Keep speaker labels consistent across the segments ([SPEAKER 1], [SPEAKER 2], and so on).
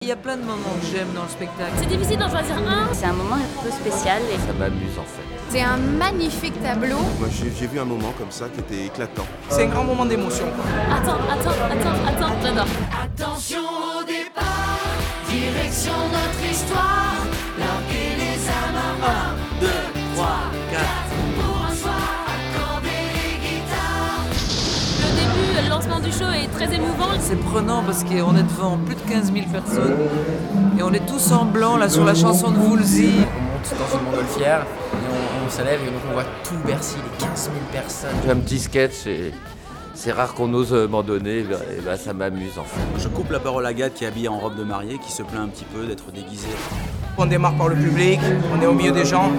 [SPEAKER 1] Il y a plein de moments que j'aime dans le spectacle.
[SPEAKER 2] C'est difficile d'en choisir un.
[SPEAKER 3] C'est un moment un peu spécial. Et...
[SPEAKER 4] Ça m'amuse en fait.
[SPEAKER 5] C'est un magnifique tableau.
[SPEAKER 6] Moi, j'ai j'ai vu un moment comme ça qui était éclatant.
[SPEAKER 7] C'est un grand moment d'émotion. quoi.
[SPEAKER 2] Attends, attends, attends, attends, j'adore.
[SPEAKER 8] Attention au départ, direction notre histoire. L'arc et les amarres, 1, 2, 3, 4. Pour un soir, accorder les guitares.
[SPEAKER 2] Le début, le lancement du show est très émouvant.
[SPEAKER 1] C'est prenant parce qu'on est devant plus de 15 000 personnes et on est tous en blanc là sur la chanson de Woolsey.
[SPEAKER 9] On monte dans une montgolfière et on, on se lève et donc on voit tout Bercy, les 15 000 personnes.
[SPEAKER 4] J'ai un petit sketch et c'est rare qu'on ose m'en donner. Et ben, ça m'amuse en fait.
[SPEAKER 10] Je coupe la parole à Agathe qui est habillée en robe de mariée, qui se plaint un petit peu d'être déguisée.
[SPEAKER 7] On démarre par le public, on est au milieu des gens.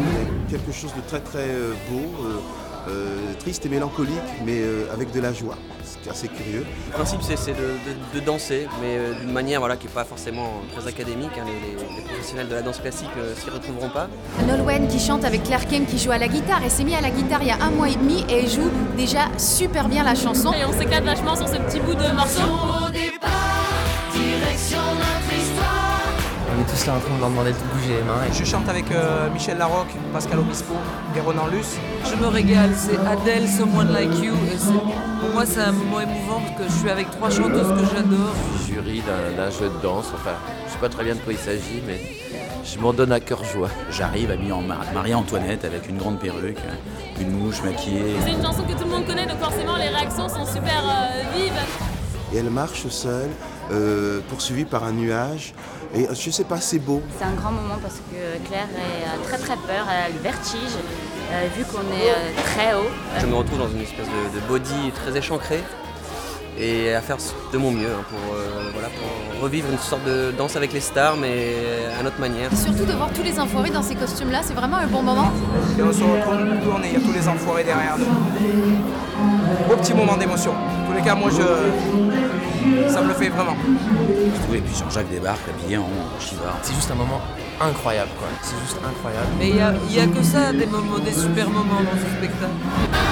[SPEAKER 6] Quelque chose de très très euh, beau, euh, euh, triste et mélancolique, mais euh, avec de la joie. C'était assez curieux.
[SPEAKER 11] Le principe, c'est c'est de, de- de danser, mais euh, d'une manière voilà, qui n'est pas forcément très académique. hein. Les, les- les professionnels de la danse classique euh, s'y retrouveront pas.
[SPEAKER 5] Nolwenn qui chante avec Claire Kem qui joue à la guitare. Elle s'est mise à la guitare il y a un mois et demi et elle joue déjà super bien la chanson.
[SPEAKER 2] Et on s'éclate vachement sur ce petit bout de morceau.
[SPEAKER 8] Attention au départ, direction notre histoire.
[SPEAKER 9] On est tous là en train de leur demander de bouger les mains.
[SPEAKER 7] Je chante avec euh, Michel Larocque, Pascal Obispo et Ronan Luce.
[SPEAKER 1] Je me régale, c'est Adele, Someone Like You. et c'est- pour moi, c'est un moment émouvant parce que je suis avec trois chanteuses que j'adore.
[SPEAKER 4] Jury d'un d'un jeu de danse, enfin, je sais pas très bien de quoi il s'agit, mais je m'en donne à cœur joie.
[SPEAKER 10] J'arrive habillée en Mar- Marie-Antoinette avec une grande perruque, une mouche maquillée.
[SPEAKER 2] C'est une chanson que tout le monde connaît, donc forcément les réactions sont super euh, vives.
[SPEAKER 6] Et elle marche seule, euh, poursuivie par un nuage. Et euh, je sais pas, c'est beau.
[SPEAKER 3] C'est un grand moment parce que Claire est euh, très très peur, elle a le vertige, euh, vu qu'on est euh, très haut.
[SPEAKER 11] Je me retrouve dans une espèce de, de body très échancré et à faire de mon mieux hein, pour, euh, voilà, pour revivre une sorte de danse avec les stars, mais à notre manière.
[SPEAKER 5] Et surtout de voir tous les enfoirés dans ces costumes-là, c'est vraiment un bon moment.
[SPEAKER 7] Et on se retrouve une tournée, il y a tous les enfoirés derrière nous. Beau petit moment d'émotion. En tous les cas, moi, je... ça me le fait vraiment.
[SPEAKER 10] Et tout. Et puis Jean-Jacques débarque habillé en chivard.
[SPEAKER 9] C'est juste un moment incroyable quoi. C'est juste incroyable.
[SPEAKER 1] Mais il n'y a, il y a que ça, des, moments, des super moments dans ce spectacle.
[SPEAKER 8] Un